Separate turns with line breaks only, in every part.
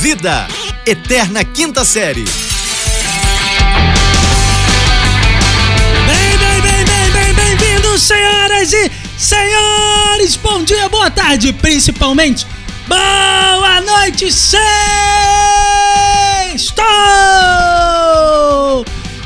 Vida, Eterna Quinta Série.
Bem, bem, bem, bem, bem, bem-vindos, senhoras e senhores! Bom dia, boa tarde, principalmente. Boa noite, sextou!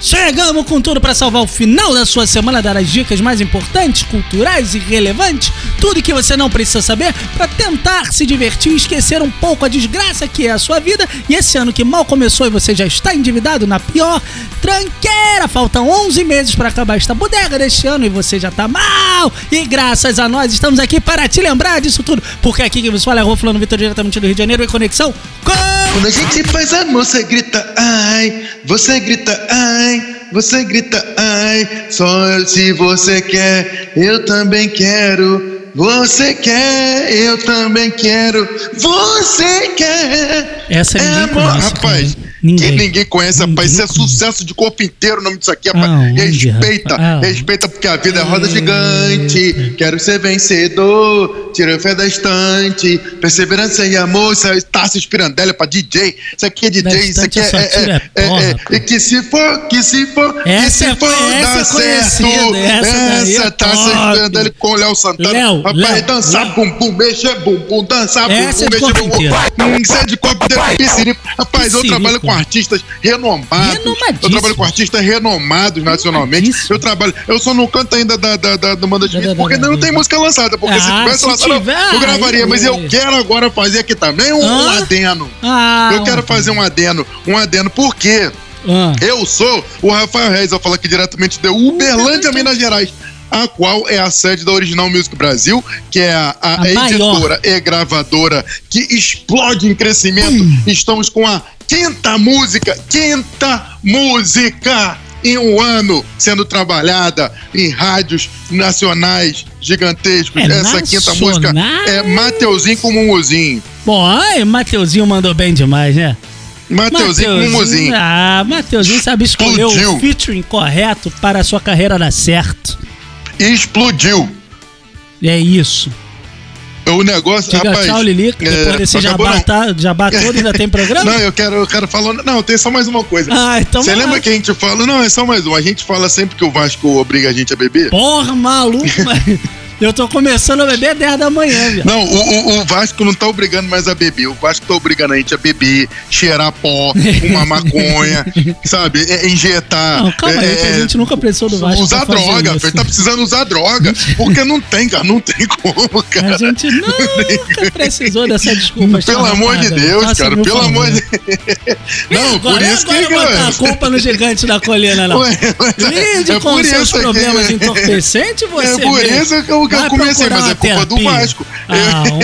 Chegamos com tudo para salvar o final da sua semana, dar as dicas mais importantes, culturais e relevantes, tudo que você não precisa saber para tentar se divertir e esquecer um pouco a desgraça que é a sua vida. E esse ano que mal começou e você já está endividado na pior tranqueira. Faltam 11 meses para acabar esta bodega deste ano e você já tá mal. E graças a nós estamos aqui para te lembrar disso tudo, porque aqui que você fala é Rô Fulano Vitor diretamente do Rio de Janeiro em conexão com
Quando a gente faz amor, você grita ai, você grita ai, você grita ai. Só se você quer, eu também quero. Você quer, eu também quero. Você quer. É
Essa ninguém conhece,
rapaz.
cara. Ninguém.
Que ninguém conhece, rapaz. Isso é
Ninguém conhece.
sucesso de corpo inteiro o nome disso aqui, rapaz.
Aonde,
respeita,
rapaz? Aonde?
respeita, porque a vida é roda gigante. Quero ser vencedor. Tira o fé da estante. Perseverança e amor. Isso é Tarso Espirandela pra DJ. Isso aqui é DJ.
Da
isso aqui é.
estante só tira
é, é,
porra,
é,
pô.
e que se for, que se for,
Essa
que
é-
se for,
essa é
dá certo.
conhecida, essa daí é
essa tá Tarso
top.
Espirandela com o Léo Santana.
Léo,
rapaz,
Léo,
dançar
Léo.
bumbum, mexer bumbum, dançar
Essa é de
bumbum, mexer
corpo
bumbum.
inteiro.
Hum, Isso é de copo de piscirico. Rapaz, eu
Piscirico.
trabalho com artistas renomados. Eu
Renomadíssimos.
trabalho com artistas renomados nacionalmente.
Renomadíssimos.
Eu trabalho. Eu só não canto ainda da, da, da, do Manda Schmidt,
da- da-
porque
da-
não tem
da-
música lançada. Porque se
Ah,
tivesse
se
lançada, eu-
tiver,
eu
aí-
gravaria. Mas eu quero agora fazer aqui também um, um
Hã?
adeno.
Ah,
Eu quero fazer um adeno. Um adeno, por quê?
ah.
Eu sou o Rafael Reis, eu falo aqui diretamente de Uberlândia, Minas Gerais. A qual é a sede da Original Music Brasil, que é a, a
A maior.
editora e gravadora que explode em crescimento.
Hum.
Estamos com a quinta música, quinta música em um ano sendo trabalhada em rádios nacionais gigantescos.
É
Essa quinta música
nacionais?
é Mateuzinho com Mumuzinho.
Bom, ai, Mateuzinho mandou bem demais, né?
Mateuzinho com Mumuzinho.
Ah, Mateuzinho sabe escolher o
Explodiu.
featuring correto para a sua carreira dar certo.
Explodiu.
É isso.
O negócio,
Diga
rapaz.
tchau, Lilica. Depois
é,
desse
acabou
jabá,
não.
tá, jabá todo, ainda tem programa?
Não, eu quero, eu quero falar. Não, tem só mais uma coisa.
Ah, então
Você
vai lá.
lembra que a gente fala. Não, é só mais uma. A gente fala sempre que o Vasco obriga a gente a beber?
Porra, maluco, mas eu tô começando a beber 10 da manhã, velho.
Não, o, o- o Vasco não tá obrigando mais a beber. O Vasco tá obrigando a gente a beber, cheirar pó, fumar maconha, sabe? É, é injetar.
Não, calma aí, que a
é,
gente nunca precisou do Vasco.
Usar
pra fazer
droga,
isso.
ele tá precisando usar droga. Porque não tem, cara, não tem como, cara.
A gente nunca precisou dessa desculpa.
Pelo amor de
charrapada.
Deus,
Faça
cara,
meu
pelo
Tá assim, favor.
amor de Não, por
agora,
isso que. é.
agora botar a culpa no gigante da colina, não.
Ué, mas é-
Lide
é
com
por
seus
isso que-
problemas entorpecentes, você.
É por
mesmo.
isso que eu, que eu
Vai
comecei,
procurar
mas é
uma
culpa do
terapia. Ah,
Vasco.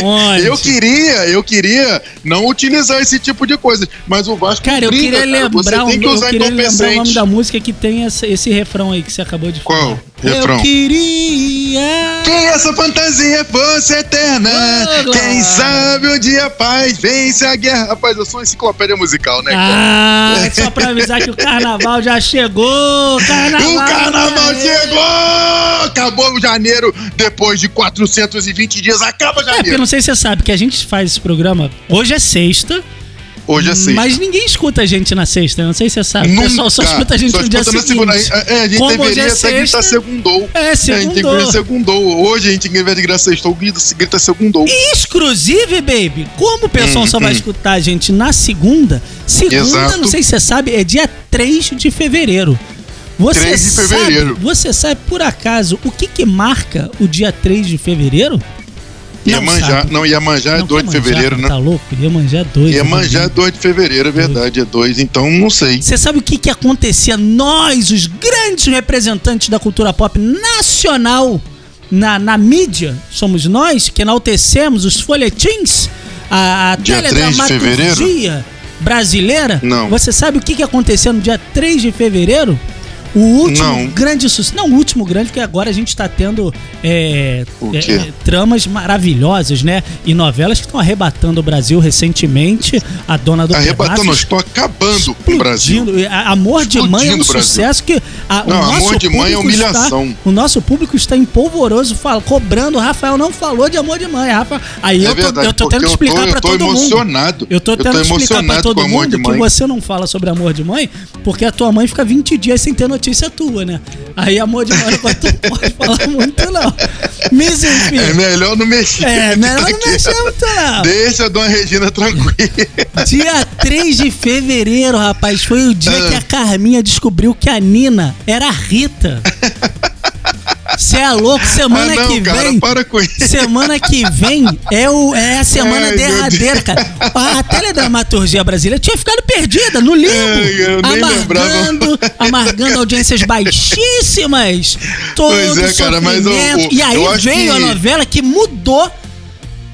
Aonde?
Eu queria, eu queria não utilizar esse tipo de coisa, mas o Vasco
Cara, eu
briga,
queria
cara. Você
lembrar, um-
tem que
eu
usar
queria lembrar o nome
entorpecente.
da música que tem essa- esse refrão aí que você acabou de falar.
Qual refrão?
Eu queria.
Quem essa fantasia fosse eterna?
Ô, Glória.
Quem sabe um dia a paz vence a guerra. Rapaz, eu sou uma enciclopédia musical, né, cara?
Ah, só pra avisar que o carnaval já chegou! Carnaval
O
tá
carnaval
aí.
chegou! Acabou o janeiro, depois de 420 dias, acaba
É, porque eu
janeiro.
não sei se você sabe que a gente faz esse programa. Hoje é sexta,
Hoje é sexta.
mas ninguém escuta a gente na sexta. eu Não sei se você sabe. O pessoal só escuta a gente no dia
escuta na
seguinte.
segunda. É, a gente
Como hoje é
deveria até
sexta-
gritar segundou.
É,
É, a gente tem que
segundou.
gritar segundou. Hoje a gente, ao invés de gritar sextou, grita, grita segundou.
Exclusive, baby. Como o pessoal só vai escutar a gente na segunda, segunda,
Uhum. Exato.
não sei se você sabe, é dia 3 de fevereiro. Você
3 de fevereiro.
Sabe, você sabe, por acaso, o que que marca o dia 3 de fevereiro?
Ia manjar.
sabe.
Não, ia manjar é
Não,
2 de
Iemanjá,
fevereiro, né?
Tá louco? Iemanjá é 2.
Ia manjar é 2 de fevereiro, é verdade. É 2, então não sei.
Você sabe o que, que acontecia nós, os grandes representantes da cultura pop nacional, na, na mídia, somos nós que enaltecemos os folhetins, a, a
Dia 3 de
teledramaturgia brasileira?
Não.
Você sabe o que, que acontecia no dia 3 de fevereiro? O último
Não.
grande sucesso. Não, o último grande, porque agora a gente tá tendo é,
O
é,
quê?
é, tramas maravilhosas, né? E novelas que estão arrebatando o Brasil recentemente. A Dona do
Arrebatando, eu
Pedaço,
estou acabando com o Brasil.
explodindo. E a- Amor de
Explodindo
Mãe é um
o Brasil.
sucesso que a-
Não,
o nosso
Amor de Mãe é
público está-
humilhação.
o nosso público está em polvoroso fala, cobrando. O Rafael não falou de Amor de Mãe, Rafa. Aí eu, tô, eu tô
É porque
tendo que explicar
eu
pra
tô
todo mundo.
emocionado.
Eu tô tentando explicar pra todo mundo que você não fala sobre amor de mãe, porque a tua mãe fica 20 dias sem ter notícia tua, né? Aí amor de mãe agora tu não pode falar muito, não. Mas enfim.
É melhor não mexer.
É, melhor não
Tranquilo.
mexer muito, não.
Deixa a Dona Regina tranquila.
Dia 3 de fevereiro, rapaz, foi o
Ah.
dia que a Carminha descobriu que a Nina era a Rita. Você é louco, semana
ah, não,
que
cara,
vem.
para com isso.
Semana que vem é, o, é a semana
Ai, meu
derradeira,
Deus.
cara. A, a teledramaturgia brasileira tinha ficado perdida no limbo.
Ai, É, eu nem
amargando, amargando audiências baixíssimas. Todo
Pois é, cara, mas eu-
sofrimento.
eu-
E aí
eu acho
veio a
que-
novela que mudou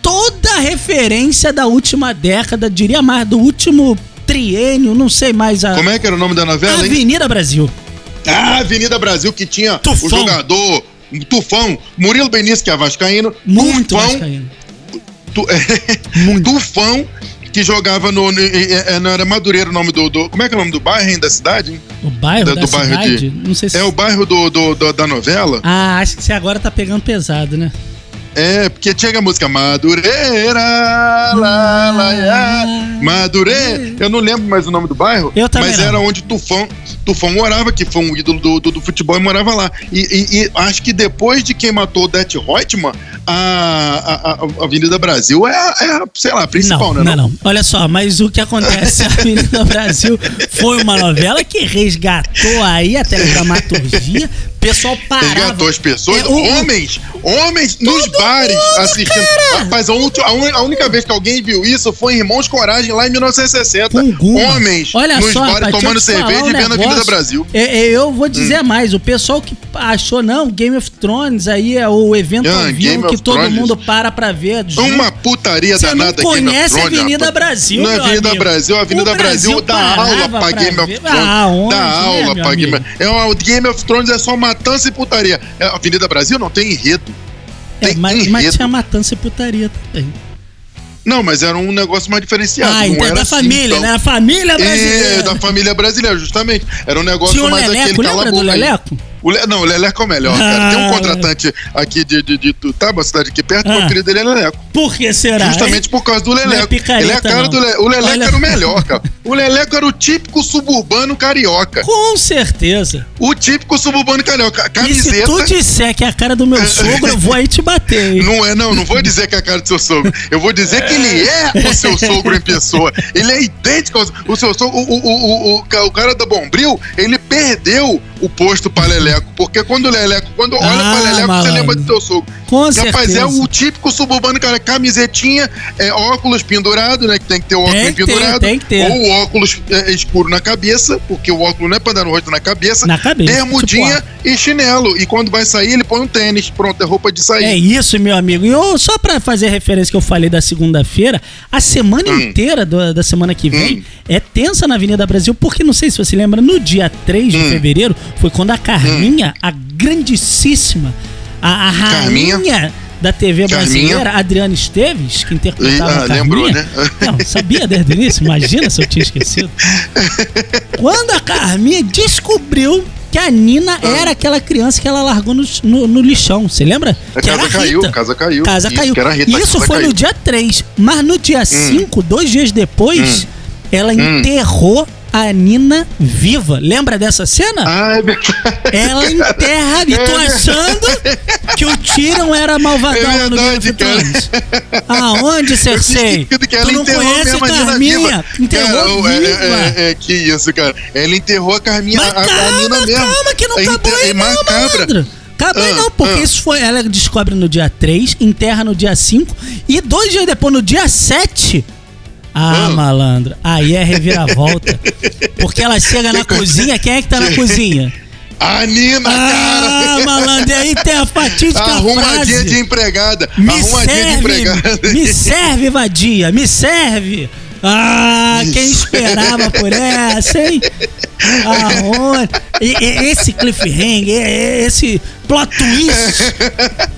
toda a referência da última década, diria mais, do último triênio, não sei mais a.
Como é que era o nome da novela, hein?
Avenida Brasil.
Ah, Avenida Brasil, que tinha
Tufão.
o jogador um Tufão, Murilo Benício, que é vascaíno,
Muito
Tufão,
vascaíno.
tu- é, Tufão, que jogava no... no- é- é- não, era Madureira o nome do, do- Como é que é o nome do bairro, hein, da cidade?
O bairro
Da-
da,
do bairro
cidade?
de-
Não sei se.
É o bairro do, do- do- da novela.
Ah, acho que você agora tá pegando pesado, né?
É, porque tinha a música Madureira, lá, lá, lá, Madureira. Eu não lembro mais o nome do bairro,
Eu também
mas
não.
era onde Tufão, Tufão morava, que foi um ídolo do, do, do futebol e morava lá. E, e- e acho que depois de quem matou o Det Reutemann, a, a, a Avenida Brasil é, a- é a, sei lá, a principal,
não,
né?
não, não. Olha só, mas o que acontece a Avenida Brasil foi uma novela que resgatou aí a teledramaturgia. O pessoal parava.
Resgatou as Tá pessoas,
É, o- o-
homens, homens nos bares assistindo. Rapaz, a, ulti- a un- a única vez que alguém viu isso foi em Irmãos Coragem, lá em 1960.
Com Guma.
Homens
Olha
nos
só,
bares
rapaz, deixa eu
tomando
te falar
cerveja
um
e vendo a Avenida
negócio.
Brasil. Hum.
É, é, eu vou dizer mais, o pessoal que achou, não, Game of Thrones aí é o evento
Ah,
ao vivo
Game
que
of
todo
Thrones.
munes mundo para pra ver. junto.
Uma putaria
Você não
danada aqui na
conhece a
Frônia,
Avenida
rapaz.
Brasil,
Não é
meu
Avenida
amigo.
Brasil, a Avenida
O
Brasil,
Brasil
dá
parava
aula pra
pra
Game of
ver.
Thrones.
Ah, onde,
dá
né, meu
aula pra Game
amigo?
of é uma- Game of Thrones é só matança e putaria. É, A Avenida Brasil não tem enredo.
É,
tem
mas,
enredo.
mas tinha matança e putaria também.
Não, mas era um negócio mais diferenciado.
Ah,
não
então é
era
da
assim,
família,
então.
né? A família brasileira.
É, da família brasileira, justamente. Era um negócio
Tinha o
mais
Leleco,
aquele
lembra do
boca aí.
Leleco?
O Le- Não, o Leleco é o melhor, cara. Tem
Ah,
um contratante aqui de, de, de Tutaba, cidade aqui perto, que
Ah.
o apelido dele é Leleco.
Por que será?
Justamente por causa do
é
Leleco.
picareta,
Ele é a cara
não.
do Leleco. O Leleco
Olha-
era o melhor, cara. O Leleco era o típico suburbano carioca.
Com certeza.
O típico suburbano carioca.
E se
Camiseta.
tu disser que é a cara do meu sogro, eu vou aí te bater, hein?
Não é, não, não vou dizer que é a cara do seu sogro. Eu vou dizer que ele é o seu sogro em pessoa. Ele é idêntico ao o seu sogro. O, o, o, o, o ca- o cara da Bombril, ele perdeu o posto para Leleco. Porque quando o Leleco, quando olha
Ah,
para Leleco,
malandro.
você lembra do seu sogro.
Com
Rapaz,
certeza.
é o típico suburbano, cara. Camisetinha, é, óculos pendurado, né? Que tem que ter o óculos
Tem que ter,
pendurado.
tem que ter.
Ou óculos é, escuro na cabeça, porque o óculos não é pra dar no rosto, é na cabeça.
Na cabeça,
Bermudinha
tipo,
e chinelo. E quando vai sair, ele põe um tênis. Pronto, é roupa de sair.
É isso, meu amigo. E eu, só pra fazer referência que eu falei da segunda-feira, a semana
Hum.
inteira do- da semana que vem é tensa na Avenida Brasil, porque não sei se você lembra, no dia 3
Hum.
de fevereiro foi quando a Carminha, a grandíssima, a, a rainha
Carminha.
da TV
Carminha.
brasileira, Adriana Esteves, que interpretava
Ah,
a Carminha.
lembrou, né?
Não, sabia desde o início? Imagina se eu tinha esquecido. Quando a Carminha descobriu que a Nina
Ah.
era aquela criança que ela largou no, no- no lixão, você lembra?
A
que
É, casa
era a
caiu,
Rita.
casa caiu.
Casa
Isso,
caiu.
que era a Rita, a
Isso
casa
foi no
caiu. Hum.
dia 3, mas no dia 5, dois dias depois, ela enterrou a Nina viva. Lembra dessa cena?
Ah, é verdade.
Ela enterra e tô
É.
achando que o Tyrion era malvadão
É
no Game of
verdade,
Thrones. Aonde, Cersei?
Esquecido que
Tu não conhece
mesmo a Nina
Carminha?
Viva. Cara,
Enterrou
oh, é,
viva.
é, é, é, que isso, cara. Ela enterrou a Carminha,
Mas
a, a
calma,
Nina mesmo.
calma, que não tá
É
acabou
inter-
aí
é
não,
macabra.
malandro. Acabou aí
Ah,
não, porque
ah.
isso foi... Ela descobre no dia 3, enterra no dia 5 e dois dias depois, no dia 7... Ah,
Ah.
malandro, aí é reviravolta. Porque ela chega na cozinha, quem é que tá na cozinha?
A Nina,
Ah,
cara.
malandro, e aí tem a fatídica
Tá Arrumadinha
frase.
Tá de empregada.
Me
Arrumadinha de empregada.
serve, me serve, vadia, me serve. Ah, quem esperava por essa, hein? Aonde? E- e- Esse cliffhanger, e- e- esse plot twist.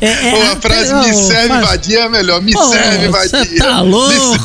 É, é-
Ou a frase me
Ô,
serve
frase-
vadia é melhor. Me
Pô,
serve vadia.
Você tá
Me
louco?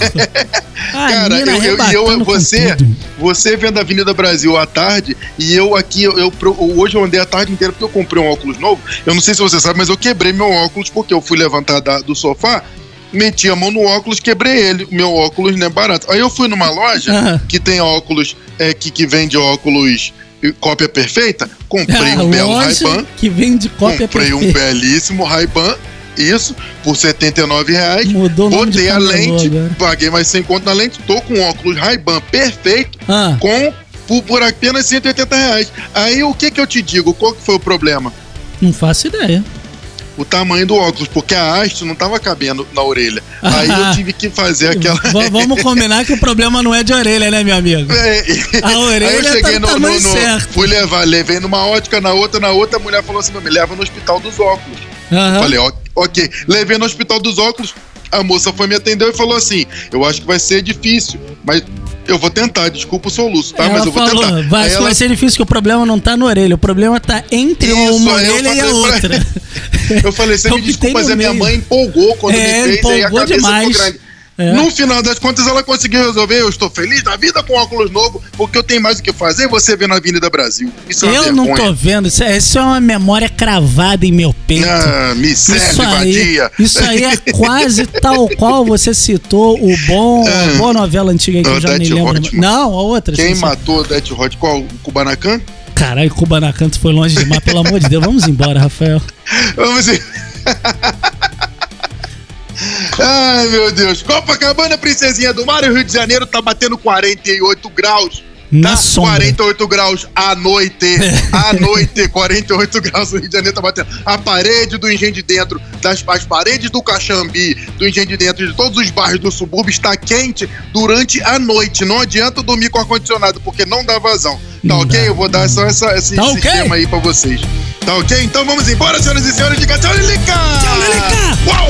A mina
Cara, eu, eu, e
arrebatando
eu
com
você,
tudo.
você vendo a Avenida Brasil à tarde, e eu aqui, eu, eu pro- hoje eu andei a tarde inteira porque eu comprei um óculos novo. Eu não sei se você sabe, mas eu quebrei meu óculos porque eu fui levantar da- do sofá, meti a mão no óculos, quebrei ele. Meu óculos não é barato. Aí eu fui numa loja
Ah.
que tem óculos, é, que, que vende óculos e cópia perfeita, comprei
Ah,
um belo
loja
Ray-Ban,
que vende cópia
comprei um
perfeita.
belíssimo Ray-Ban, isso, por R$ 79 reais.
Mudou o nome de
Botei a
camelô
lente,
agora.
paguei mais 100 conto na lente, tô com óculos Ray-Ban perfeito,
Ah,
com, por, por apenas 180 reais. Aí o que que eu te digo? Qual que foi o problema?
não faço ideia.
O tamanho do óculos, porque a haste não tava cabendo na orelha. Aí eu tive que fazer aquela...
V- vamos combinar que o problema não é de orelha, né, meu amigo?
É,
A
Aí eu
orelha tá
cheguei
do
no, no,
tamanho
no
certo.
fui levar, levei numa ótica, na outra, na outra, a mulher falou assim, "Meu, me leva no hospital dos óculos.
Aham.
Falei, "Ok, ok. Levei no hospital dos óculos, a moça foi me atender e falou assim: eu acho que vai ser difícil, mas eu vou tentar, desculpa o soluço, tá?
ela
mas eu vou
falou,
tentar.
vai,
Aí
isso
ela-
vai ser difícil que o problema não tá na orelha, o problema tá entre
Isso,
uma
aí eu
orelha e a
falei pra-
outra.
Eu falei, você
Eu
me
botei
desculpa, mas
no
a minha
meio.
mãe empolgou quando
É,
me fez, aí a
empolgou
cabeça
demais.
ficou grande.
É.
No final das contas, ela conseguiu resolver. Eu estou feliz da vida com óculos novo, porque eu tenho mais o que fazer. Você vê na Avenida Brasil. Isso é uma
eu
vergonha.
não tô vendo, isso é, isso é uma memória cravada em meu peito.
Ah, me serve,
Isso aí,
vadia.
isso aí é quase tal qual você citou o bom, a
Ah.
boa novela antiga que eu já nem
Odete
lembro.
Roitman.
Não, a outra.
Quem
sim, sim.
matou o Death Hot? Qual? O Kubanacan?
Caralho, Kubanacan, tu foi longe demais, pelo amor de Deus. Vamos embora, Rafael.
Tá Vamos ver. Ai, meu Deus. Copacabana, princesinha do mar, e o Rio de Janeiro tá batendo 48 graus.
Na
tá?
sombra. É.
48 graus à noite. À noite, 48 graus o Rio de Janeiro tá batendo. A parede do Engenho de Dentro, das, as paredes do Caxambi, do Engenho de Dentro, de todos os bairros do subúrbio, está quente durante a noite. Não adianta dormir com ar-condicionado, porque não dá vazão. Tá
Não
ok?
dá.
Eu vou dar só essa, esse
Tá ok?
sistema aí pra vocês. Tá ok? Então vamos embora, senhoras e senhores. Diga tchau, Lilica! Tchau,
Lilica!
Uau!